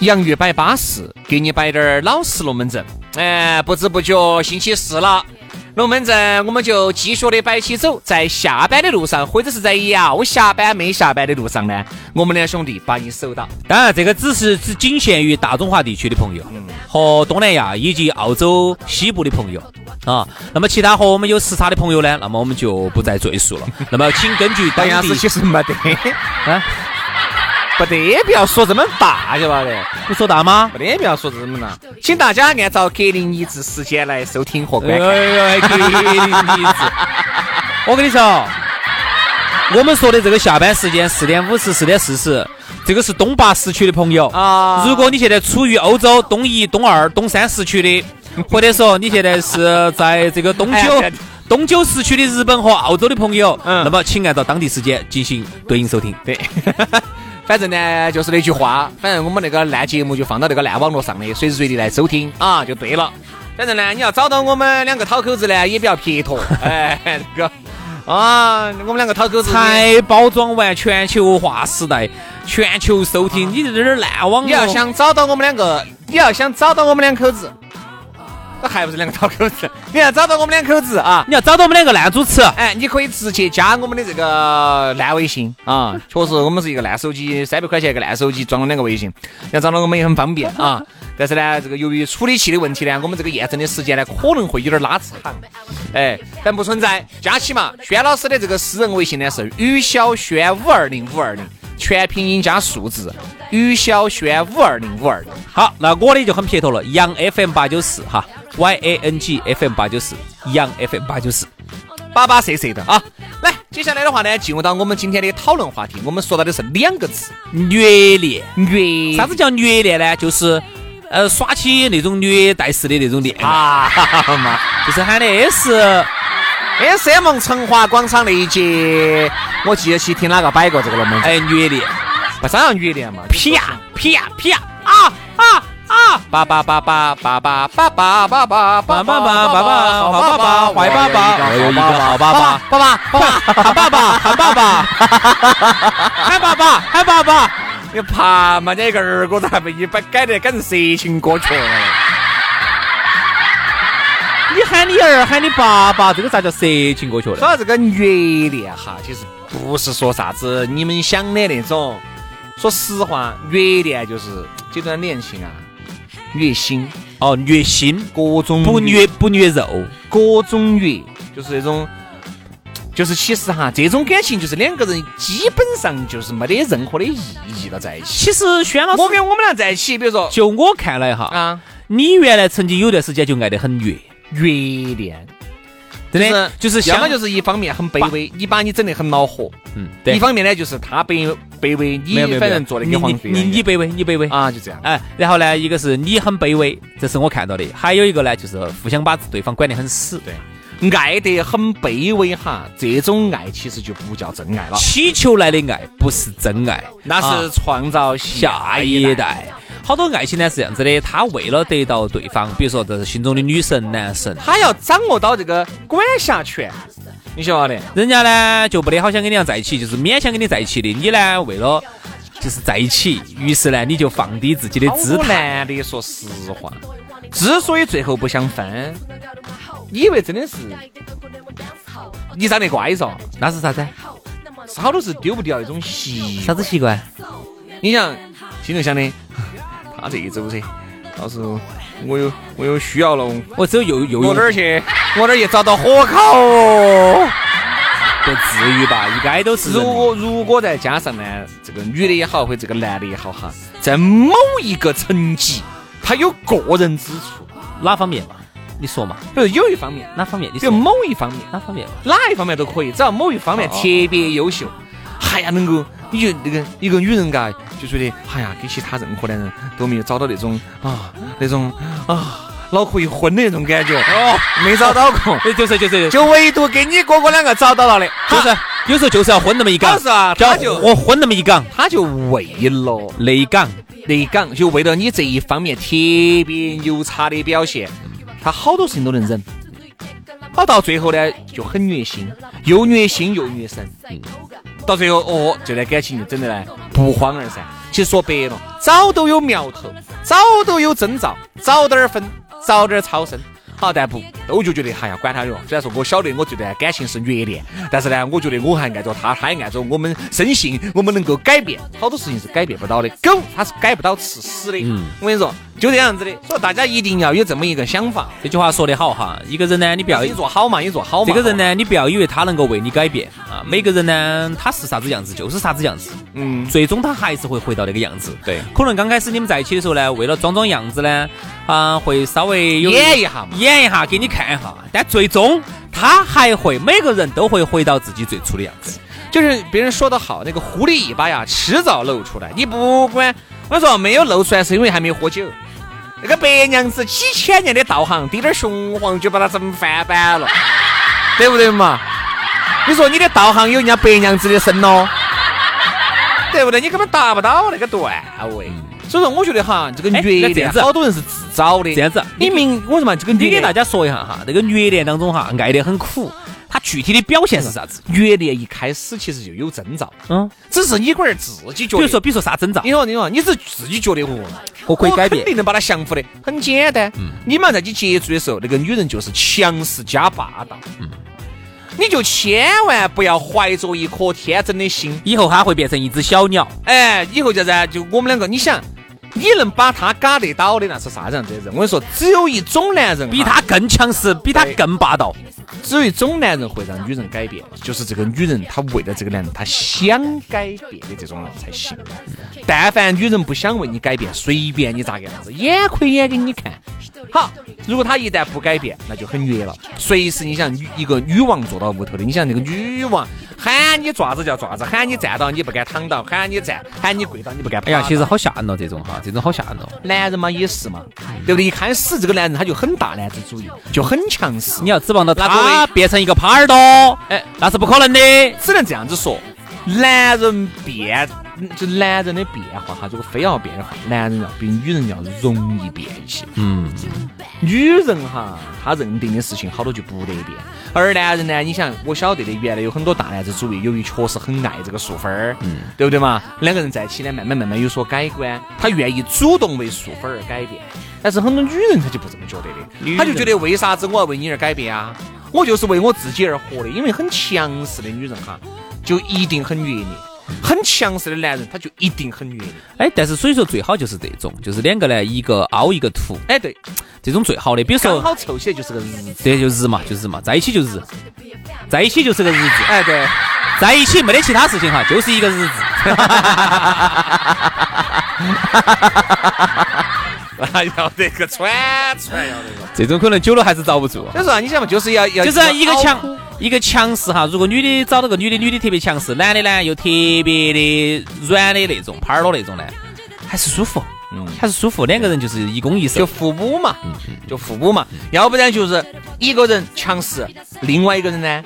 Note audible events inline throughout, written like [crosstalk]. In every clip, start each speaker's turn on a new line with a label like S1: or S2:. S1: 洋芋摆巴适，给你摆点儿老实龙门阵。哎，不知不觉星期四了，龙门阵我们就继续的摆起走。在下班的路上，或者是在要下班没下班的路上呢，我们两兄弟把你守到。
S2: 当然，这个只是只仅限于大中华地区的朋友和东南亚以及澳洲西部的朋友啊。那么其他和我们有时差的朋友呢，那么我们就不再赘述了。那么请根据
S1: [laughs]
S2: 当地，
S1: 实没得，
S2: 啊，
S1: 不得不要说这么大，晓得吧的？
S2: 不说大吗？
S1: 不得不要说这么大，请大家按照格林尼治时间来收听和观看。
S2: 哎呦，我跟你说，我们说的这个下班时间四点五十、四点四十，这个是东八时区的朋友
S1: 啊
S2: 如果你现在处于欧洲东一、东二、东三时区的，或者说你现在是在这个东
S1: 哎
S2: 九
S1: 呀、
S2: 东九时区的日本和澳洲的朋友，
S1: 嗯
S2: 那么请按照当地时间进行对应收听。
S1: 对， [laughs] 反正呢就是那句话，反正我们那个烂节目就放到那个烂网络上的，随时随地来收听啊，就对了。反正呢，你要找到我们两个讨口子呢，也不要撇脱，哎， [laughs] 这个啊，我们两个讨口子呢。
S2: 才包装完全球化时代，全球收听，你在这儿烂网
S1: 你
S2: 络
S1: 要想找到我们两个，你要想找到我们两口子，那还不是两个讨口子？你要找到我们两口子啊，
S2: 你要找到我们两个烂主持，
S1: 哎，你可以直接加我们的这个烂微信啊，确实我们是一个烂手机，三百块钱一个烂手机装了两个微信，要找到我们也很方便啊。但是呢，这个由于处理器的问题呢，我们这个验证的时间呢可能会有点拉长，哎，但不存在。加起嘛，轩老师的这个私人微信呢是于小轩五二零五二零，全拼音加数字，于小轩五二零五二零。
S2: 好，那我的就很撇脱了，杨 FM 八九四哈，Y A N G FM 八九四，杨 FM 八九四。
S1: 巴巴涩涩的啊。来，接下来的话呢，进入到我们今天的讨论话题，我们说到的是两个字，
S2: 虐恋，
S1: 月
S2: 啥子叫虐恋呢？就是呃耍起那种虐待式的那种恋爱，
S1: 啊哈嘛
S2: 就是喊的 S。
S1: ！S M 成华广场那一节，我记得起听哪个摆过这个龙门阵，
S2: 哎，虐恋，
S1: 不张扬虐恋嘛，
S2: 啪啪啪啊啊啊！
S1: 爸爸爸爸爸爸爸爸爸爸爸
S2: 爸爸爸爸爸
S1: 好
S2: 爸
S1: 爸爸
S2: 爸坏爸爸，
S1: 我有一个好
S2: 爸爸，
S1: 爸爸爸爸，
S2: 喊爸爸喊爸 [laughs] 爸，喊爸爸喊爸爸。
S1: 你怕嘛？你一个儿歌子还被你把改得改成色情歌曲了。
S2: 你喊你儿喊你爸爸，这个咋叫色情歌曲
S1: 说
S2: 了？
S1: 到这个虐恋哈，其实不是说啥子你们想的那种。说实话，虐恋就是这段恋情啊，虐心，
S2: 哦，虐心，
S1: 各种
S2: 不虐不虐肉。
S1: 各种虐，就是那种，就是其实哈，这种感情就是两个人基本上就是没得任何的意义了，在一起。
S2: 其实轩老
S1: 我
S2: 师，
S1: 跟我们俩在一起，比如说
S2: 就我看来哈，
S1: 啊，
S2: 你原来曾经有段时间就爱得很虐，
S1: 虐恋，
S2: 真的就是
S1: 要么
S2: 相
S1: 就是一方面很卑微，你把你整得很恼火；
S2: 嗯，
S1: 一
S2: 对，
S1: 方面呢，就是他卑卑微，你
S2: 没有没有
S1: 反正做的
S2: 你
S1: 跟黄
S2: 你
S1: 飞
S2: 你
S1: 一样
S2: 你卑微，你卑微。
S1: 啊，就这样。
S2: 哎，然后呢，一个是你很卑微，这是我看到的；还有一个呢，就是互相把对方管得很死。对，
S1: 爱得很卑微哈，这种爱其实就不叫真爱了，
S2: 乞求来的爱不是真爱，
S1: 那是
S2: 啊
S1: 创造
S2: 下一。代。好多爱情呢是这样子的，他为了得到对方，比如说这是心中的女神、男神，
S1: 他要掌握到这个管辖权，你晓得的。
S2: 人家呢就不得好想跟你俩在一起，就是勉强跟你在一起的。你呢为了就是在一起，于是呢你就放低自己的姿
S1: 好多
S2: 态。
S1: 男的说实话，之所以最后不想分，以为真的是你长得乖嗦，
S2: 那是啥子？
S1: 是好多是丢不掉一种习惯
S2: 啥子习惯？
S1: 你想，心头想的，他这一周噻，到时候我有我有需要了，我
S2: 我只有又又有
S1: 哪儿
S2: [laughs]
S1: 去？我哪儿去找到火烤哦？
S2: 不至于吧？应该 [laughs] 都是人
S1: 如
S2: 的
S1: 果如果再加上呢，这个女的也好，或者这个男的也好哈，在某一个层级，他有个人之处，
S2: 哪方面嘛？你说嘛？
S1: 比如有一方面，
S2: 哪方面？你
S1: 比如
S2: 说
S1: 某一方面，
S2: 哪方面嘛？
S1: 哪一方面都可以，只要某一方面特别优秀，哎呀，能够你就那个一个女人嘎，就觉得哎呀，跟其他任何男人都没有找到那种啊那种啊脑壳一昏的那种感觉，哦，没找到过，
S2: 哎，就是就是就
S1: [laughs] 就唯独跟你哥哥两个找到了的，
S2: 是，有时候就是要混那么一
S1: 当
S2: 岗
S1: 时，啊，
S2: 就要
S1: 他就
S2: 我混那么一岗，
S1: 他就为了
S2: 内岗。
S1: 那岗，就为了你这一方面特别牛叉的表现，他好多事情都能忍。好到最后呢，就很虐心，又虐心又虐神。到最后哦，这段感情就整得来不欢而散。其实说白了，早都有苗头，早都有征兆，早点儿分，早点儿超生。好，但不，我就觉得，哎呀，管他哟。虽然说我晓得我这段感情是虐恋，但是呢，我觉得我还按照他，他也按照我们深信，我们能够改变好多事情是改变不到的。狗它是改不到吃屎的。
S2: 嗯
S1: 我跟你说，就这样子的。所以大家一定要有这么一个想法，
S2: 这句话说得好哈，一个人呢，你不要
S1: 你做好嘛，你做好嘛。
S2: 这个人呢，你不要以为他能够为你改变啊。每个人呢，他是啥子样子就是啥子样子，
S1: 嗯，
S2: 最终他还是会回到那个样子。
S1: 对，
S2: 可能刚开始你们在一起的时候呢，为了装装样子呢，啊，会稍微有
S1: 演一下嘛。
S2: 演一下给你看一下，但最终他还会每个人都会回到自己最初的样子。
S1: 就是别人说的好，那个狐狸尾巴呀，迟早露出来。你不管，我说没有露出来是因为还没喝酒。那个白娘子几千年的道行，滴点儿雄黄就把它整翻
S2: [laughs]
S1: 版了，对不对嘛？你说你的道行有人家白娘子的深咯，对不对？你根本达不到那个段位。所以说，我觉得哈，这个
S2: 哎
S1: 虐
S2: 那这
S1: 恋
S2: 样子
S1: 好多人是自找的。
S2: 这样子
S1: 你明我说嘛，这个
S2: 你
S1: 虐
S2: 给
S1: 恋
S2: 大家说一下哈，这个虐恋当中哈，爱得很苦，它具体的表现是啥子？
S1: 虐恋一开始其实就有征兆，
S2: 嗯，
S1: 只是你龟儿自己觉
S2: 比
S1: 得。
S2: 如说，比如说啥征兆
S1: 你？说，你说，你是自己觉得哦我，
S2: 我可以改变嗯
S1: 肯定能把她降服的，很简单。你们在一起接触的时候，那个女人就是强势加霸道。
S2: 嗯
S1: 你就千万不要怀着一颗天真的心，
S2: 以后他会变成一只小鸟，
S1: 哎，以后就噻，就我们两个，你想，你能把她嘎得到的那是啥子样子的人？我跟你说，只有一种男人哈啊
S2: 比他更强势，比他更霸道。
S1: 只有一种男人会让女人改变，就是这个女人她为了这个男人，她想改变的这种人才行。但凡女人不想为你改变，随便你咋个样子，演可以演给你看。好，如果她一旦不改变，那就很虐了。随时你想女一个女王坐到屋头的，你想那个女王喊你爪子叫爪子，喊你站到你不敢躺到，喊你站喊你跪到你不敢趴
S2: 哎
S1: 到。
S2: 呀，其实好吓人哦，这种哈，这种好吓人哦。
S1: 男人嘛也是嘛，对不对？一开始这个男人他就很大男子主义，就很强势。
S2: 你要指望到
S1: 那各
S2: 他
S1: 位
S2: 变成一个耙耳朵，哎，那是不可能的。
S1: 只能这样子说，男人变，就男人的变化哈，如果非要变的话，男人要比女人要容易变一些。
S2: 嗯，
S1: 女人哈，她认定的事情好多就不得变，而男人呢，你想，我晓得的，原来有很多大男子主义，由于确实很爱这个淑芬儿，嗯，对不对嘛？两个人在一起呢，慢慢慢慢有所改观，他愿意主动为淑芬儿而改变。但是很多女人她就不这么觉得的，她就觉得为啥子我要为你而改变啊？我就是为我自己而活的，因为很强势的女人哈，就一定很虐你。很强势的男人，他就一定很虐你。
S2: 哎，但是所以说最好就是这种，就是两个呢，一个凹一个凸，
S1: 哎，对，
S2: 这种最好的。比如
S1: 刚
S2: 说，
S1: 好凑起来就是个日子。
S2: 这就日嘛，就日嘛，在一起就日，在一起就是个日子，
S1: 哎，对。
S2: 在一起没得其他事情哈，就是一个
S1: [laughs]
S2: 日子。 [laughs]
S1: 哎要得个喘喘要得个。
S2: 这种可能久了还是遭不住。
S1: 所以说啊，你想嘛，就是要要
S2: 就是一个
S1: 要
S2: 强一个强势哈，如果女的找到个女的，女的特别强势，男的呢又特别的软的那种，趴耳朵那种呢，还是舒服，嗯，还是舒服，两个人就是一攻一
S1: 就
S2: 守。
S1: 互补嘛，就互补嘛，要不然就是一个人强势，另外一个人呢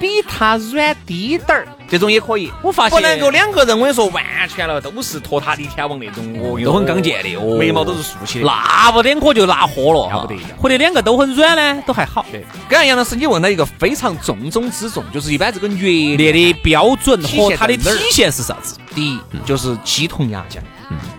S1: 比他软低点儿，这种也可以。我发
S2: 现
S1: 不能够两个人，我跟你说，完全了都是托塔李天王那种，我跟你说
S2: 都很刚健的哦
S1: 嗯眉毛都是竖起的。
S2: 那不两个就拿火了，
S1: 那不得了
S2: 或者两个都很软呢，都还好。
S1: 对，刚才杨老师你问到一个非常重中之重，就是一般这个虐
S2: 列的
S1: 恋
S2: 标准和它的
S1: 体现在哪
S2: 体
S1: 儿
S2: 现是啥子？
S1: 第一就是鸡同鸭讲，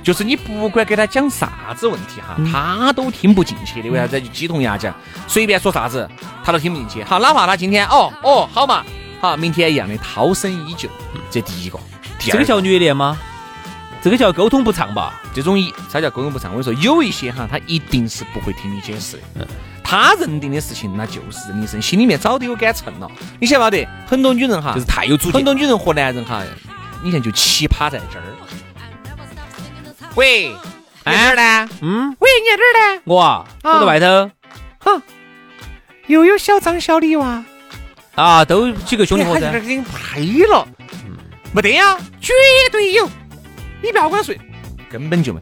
S1: 就是你不管给他讲啥子问题哈，他都听不进去的。为啥子就鸡同鸭讲？随便说啥子，他都听不进去。好，哪怕他今天哦哦好嘛，好，明天一样的涛声依旧，这第一个。第
S2: 这
S1: 二
S2: 个叫虐恋吗？这个叫沟通不畅吧？
S1: 这种一啥叫沟通不畅？我跟你说，有一些哈，他一定是不会听你解释的。他认定的事情，那就是认定事情，心里面早都有杆秤了。你晓不晓得？很多女人哈，
S2: 就是太有主
S1: 啊很
S2: 见。
S1: 多女人和男人哈，你看就奇葩在这儿。喂，
S2: 哎
S1: 你在哪儿呢？
S2: 嗯，
S1: 喂，你在哪儿呢？
S2: 我啊，我在外头
S1: 又有小张小李哇，
S2: 啊，都几个兄弟
S1: 你
S2: 伙
S1: 哎还在这儿
S2: 噻。
S1: 给你拍了？没得呀，绝对有。你不要管睡，根本就没，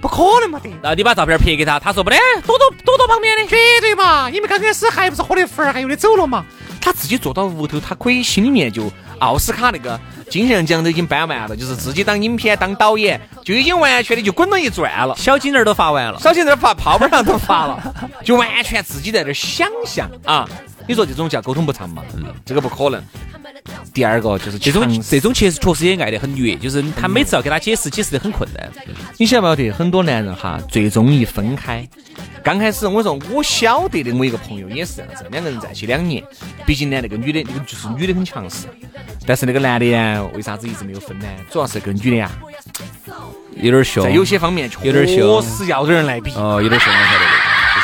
S1: 不可能没得。
S2: 然后你把照片拍给他，他说不得，躲躲躲躲旁边的。
S1: 绝对嘛！你们刚开始还不是喝的粉儿，还有的走了嘛？他自己坐到屋头，他可以心里面就奥斯卡那个金像奖都已经颁完了，就是自己当影片当导演就已经完全的就滚了一转了。
S2: 小金人都发完了，
S1: 小心点儿发泡泡上都发了，就完全自己在这儿想象啊！你说这种叫沟通不畅嘛？这个不可能。第二个就是
S2: 这种
S1: 强势
S2: 这种其实确实也爱得很虐，就是他每次要给他解释，解释得很困难。
S1: 你晓不晓得？很多男人哈，最终一分开，刚开始我说我晓得的，我一个朋友也是这样子，两个人在一起两年，毕竟呢，那个女的，那个就是女的很强势，但是那个男的呀，为啥子一直没有分呢？主要是那个女的呀，
S2: 有点凶
S1: 在有些方面确
S2: 有点凶
S1: 实要惹人来比。
S2: 哦，有点凶，我晓得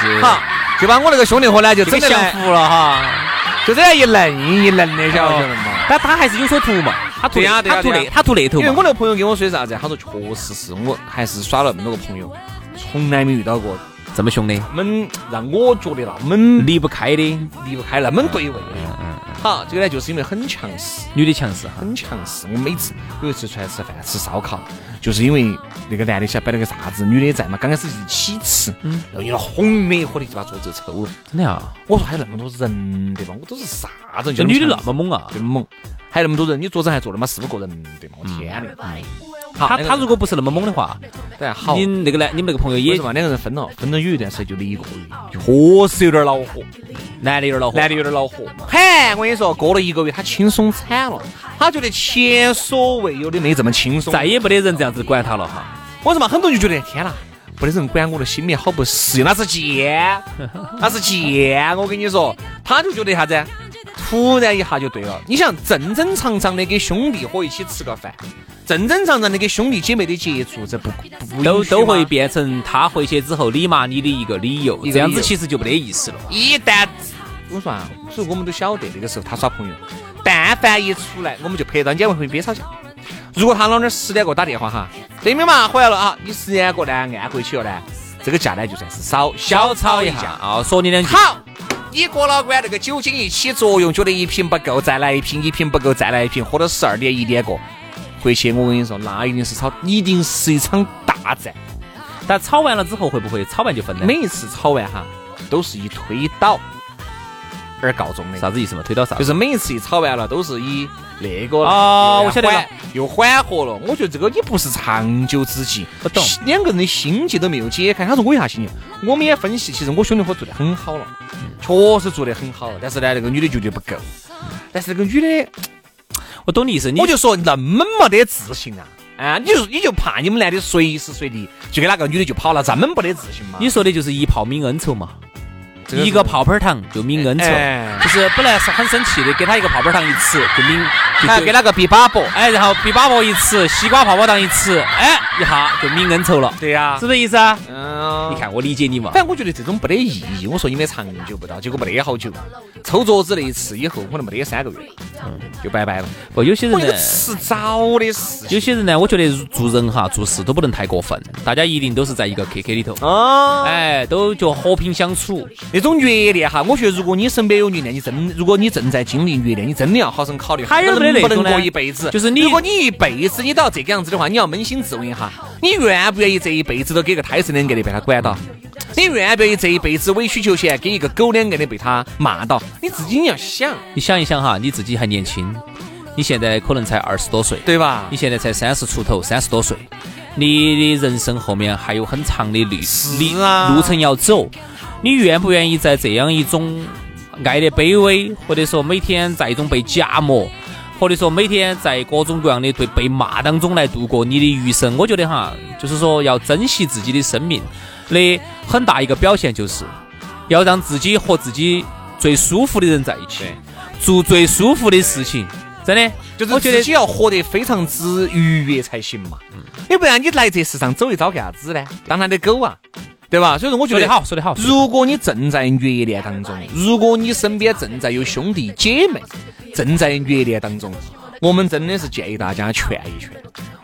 S2: 这个，就是
S1: 好，就把我那个兄弟伙呢，就
S2: 就给
S1: 整得
S2: 降
S1: 来，
S2: 服了哈。
S1: 就这样一愣一愣的，晓得嘛？
S2: 但他还是有所图嘛，他图
S1: 对呀对呀
S2: 他图
S1: 对
S2: 那
S1: 呀
S2: 他图那头
S1: 因为我
S2: 嘛。
S1: 那个朋友跟我说的啥子？他说确实是我还是耍了那么多个朋友，从来没遇到过
S2: 这么凶的，
S1: 那么让我觉得那么
S2: 离不开的
S1: 离不开那么对位
S2: 嗯
S1: 的。好，这个呢，就是因为很强势，
S2: 女的强势哈。
S1: 很强势。我每次有一次出来吃饭吃烧烤，就是因为那个男的想摆了个啥子，女的在嘛，刚开始是起吃，
S2: 嗯
S1: 然后一个红的火的就把桌子抽了。
S2: 真的啊，
S1: 我说哎还有那么多人对吧？我都是啥人？
S2: 这
S1: 就
S2: 女的那
S1: 强势
S2: 么猛啊！
S1: 就猛，还有那么多人，你桌子还坐了嘛四五个人对吗？我天嘞！好
S2: 他
S1: 那个
S2: 他如果不是那么猛的话，
S1: 对好。
S2: 你那个男你们那个朋友
S1: 为
S2: 也
S1: 什么两个人分了？分了有一段时间就离过了，确实有点恼火。
S2: 男的有点恼火，
S1: 男的有点恼火。嘿，我跟你说，过了一个月，他轻松惨了，他觉得前所未有的没这么轻松。
S2: 再也没得人这样子管他了哈。
S1: 我说嘛，很多人就觉得天啦，没得人管我的，心里好不适应。那是
S2: [laughs]
S1: 贱，那是贱。我跟你说，他就觉得啥子？突然一下就对了。你想正正常常的跟兄弟伙一起吃个饭，正正常常的跟兄弟姐妹的接触，这不不不
S2: 都
S1: 允许吗
S2: 都会变成他回去之后你骂你的一个理由，
S1: 理由
S2: 这样子其实就没得意思了。
S1: 一旦我说啊，所以我们都晓得那个时候他耍朋友，但凡一出来，我们就拍张肩往回边吵架。如果他老娘十点给我打电话哈，对面嘛回来了啊，你十点过呢按回去了呢，这个架呢就算是少
S2: 小吵
S1: 小吵
S2: 一
S1: 一
S2: 下
S1: 下。
S2: 啊，说你两句。
S1: 好，你郭老倌那个酒精一起作用，觉得一瓶不够再来一瓶，一瓶不够再来一瓶，喝到十二点一点过，回去我跟你说，那一定是吵，一定是一场大战。
S2: 但吵完了之后会不会吵完就分呢？
S1: 每一次吵完哈，都是以推倒而告终的。
S2: 啥子意思嘛，推到啥
S1: 就
S2: 子？
S1: 是每一次一吵完了，都是以那个
S2: 哦我晓得了，
S1: 又缓和了。我觉得这个也不是长久之计，
S2: 我懂
S1: 两个人的心结都没有解开。他说我有啥心结？我们也分析，其实我兄弟伙做得很好了，
S2: 嗯
S1: 确实做得很好了。但是呢，那个女的觉得不够，但是那个女的，
S2: 我懂你意思，你
S1: 我就说那么没得自信啊。啊，你就你就怕你们男的随时随地就跟哪个女的就跑了，这么没得自信嘛？
S2: 你说的就是一炮泯恩仇嘛，
S1: 这
S2: 一
S1: 是
S2: 个泡泡糖就泯恩仇，
S1: 哎
S2: 就是本来是很生气的，给他一个泡泡糖一吃就泯，就
S1: 还要
S2: 就
S1: 跟哪个比把伯？
S2: 哎，然后比巴伯一吃，西瓜泡泡糖一吃，哎，一下就泯恩仇了，
S1: 对呀
S2: 是，不是意思啊？
S1: 嗯
S2: 你看我理解你嘛
S1: 反，正我觉得这种没得意义，我说你们也长久不到，结果没得好久，抽桌子那一次以后，可能没得三个月，就拜拜了。
S2: 嗯不，有些人
S1: 我一
S2: 呢
S1: 个。迟早的事情
S2: 有些人呢，我觉得做人哈，做事都不能太过分，大家一定都是在一个 KK 里头，
S1: 啊！
S2: 哎，都就和平相处。
S1: 那种虐恋哈，我觉得如果你身边有虐恋，你真如果你正在经历虐恋，你真的要好生考虑，
S2: 还有没
S1: 能
S2: 得那
S1: 不
S2: 种
S1: 能
S2: 呢
S1: 过一辈子？
S2: 就是你
S1: 如果你一辈子你都要这个样子的话，你要扪心自问一下，你愿不愿意这一辈子都给个胎神两个的被他管到？你愿不愿意这一辈子委曲求全，给一个狗两个的被他骂到？你自己你要想，
S2: 你想一想哈，你自己还年轻，你现在可能才二十多岁，
S1: 对吧
S2: 你？现在才三十出头，三十多岁，你的人生后面还有很长的路，
S1: 是啊
S2: 路路程要走。你愿不愿意在这样一种爱的卑微，或者说每天在一种被夹磨，或者说每天在各种各样的对被骂当中来度过你的余生？我觉得哈，就是说要珍惜自己的生命的很大一个表现，就是要让自己和自己最舒服的人在一起，做最舒服的事情。真的，
S1: 就是
S2: 我觉得嗯
S1: 自己要活得非常之愉悦才行嘛。要不然你来这世上走一遭干啥子呢？当他的狗啊，对吧？所以说，我觉
S2: 说
S1: 得
S2: 得好，说得好。
S1: 如果你正在虐恋当中，如果你身边正在有兄弟姐妹正在虐恋当中，我们真的是建议大家劝一劝。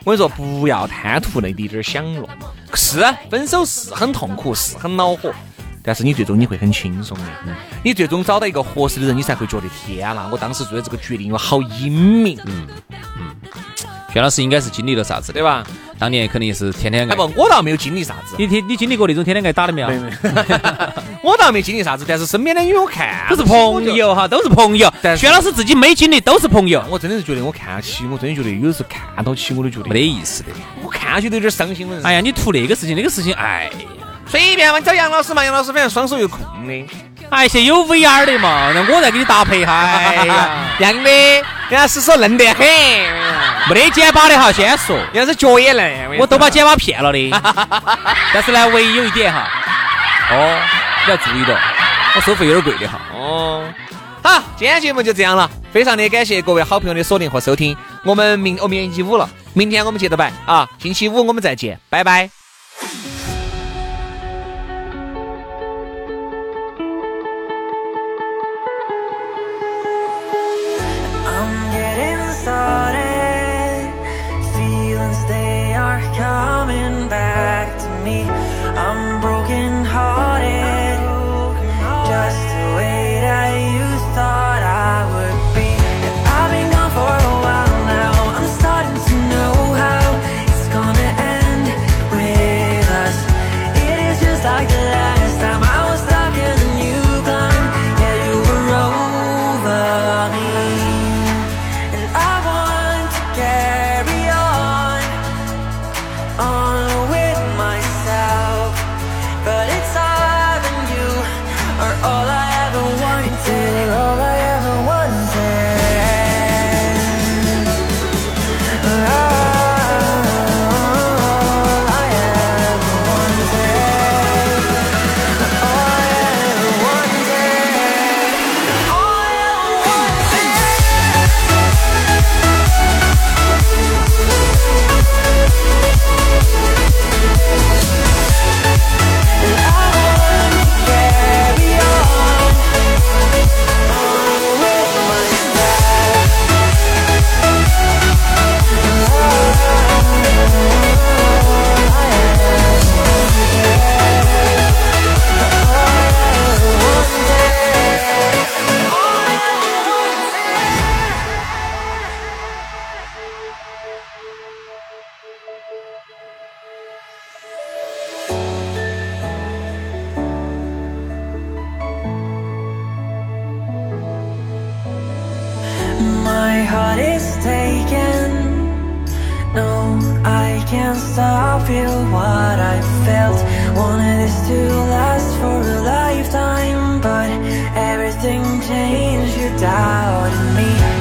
S1: 我跟你说，不要贪图那滴点儿享乐。是啊，分手是很痛苦，是很恼火，但是你最终你会很轻松的。嗯你最终找到一个合适的人，你才会觉得天呐，我当时做的这个决定我好英明，
S2: 薛老师应该是经历了啥子的
S1: 对？吧？
S2: 当年肯定是天天
S1: 哎
S2: 挨
S1: 不。，我倒没有经历啥子，
S2: 你天你经历过那种天天挨打的没有？
S1: 我倒没经历啥子，但是身边的因为我看
S2: 都是朋，友哈，都是朋友
S1: 但。是
S2: 薛老师自己没经历，都是朋友，
S1: 我真的是觉得我看起，我真的觉得有的时候看到起我都觉得
S2: 没得意思的。
S1: 我看上去都有点伤心了。
S2: 哎呀，你图那个事情，那个事情，哎呀，
S1: 随便嘛，你找杨老师嘛，杨老师反正双手有空的。
S2: 哎，现在有 VR 的嘛，那我再给你搭配哈。哎呀， [laughs]
S1: 样的，人家是手嫩得很，
S2: 没得肩膀的哈，先说，
S1: 人家是脚也嫩，
S2: 我都把肩膀骗了的。但是呢，唯一有一点哈，哦，你要注意了，我收费有点贵的哈。
S1: 哦。好，今天节目就这样了，非常的感谢各位好朋友的锁定和收听。我们明哦，明天星期五了，明天我们接着摆啊，星期五我们再见，拜拜。
S3: I'm getting started. Feelings they are coming back to me. I'm broken hearted. Just the way that you thought I would be. And I've been gone for a while now. I'm starting to know how it's gonna end with us. It is just like the last time I was stuck in a new climb. Yeah, you were over me. And I want to carry on, on with myself. But it's hard when you are all I ever wanted, all I ever wanted. Ah, All I ever wanted, all I ever wanted, all I ever wanted. My heart is taken. No, I can't stop feeling what I felt. Wanted this to last for a lifetime, but everything changed. You doubted me. Ah.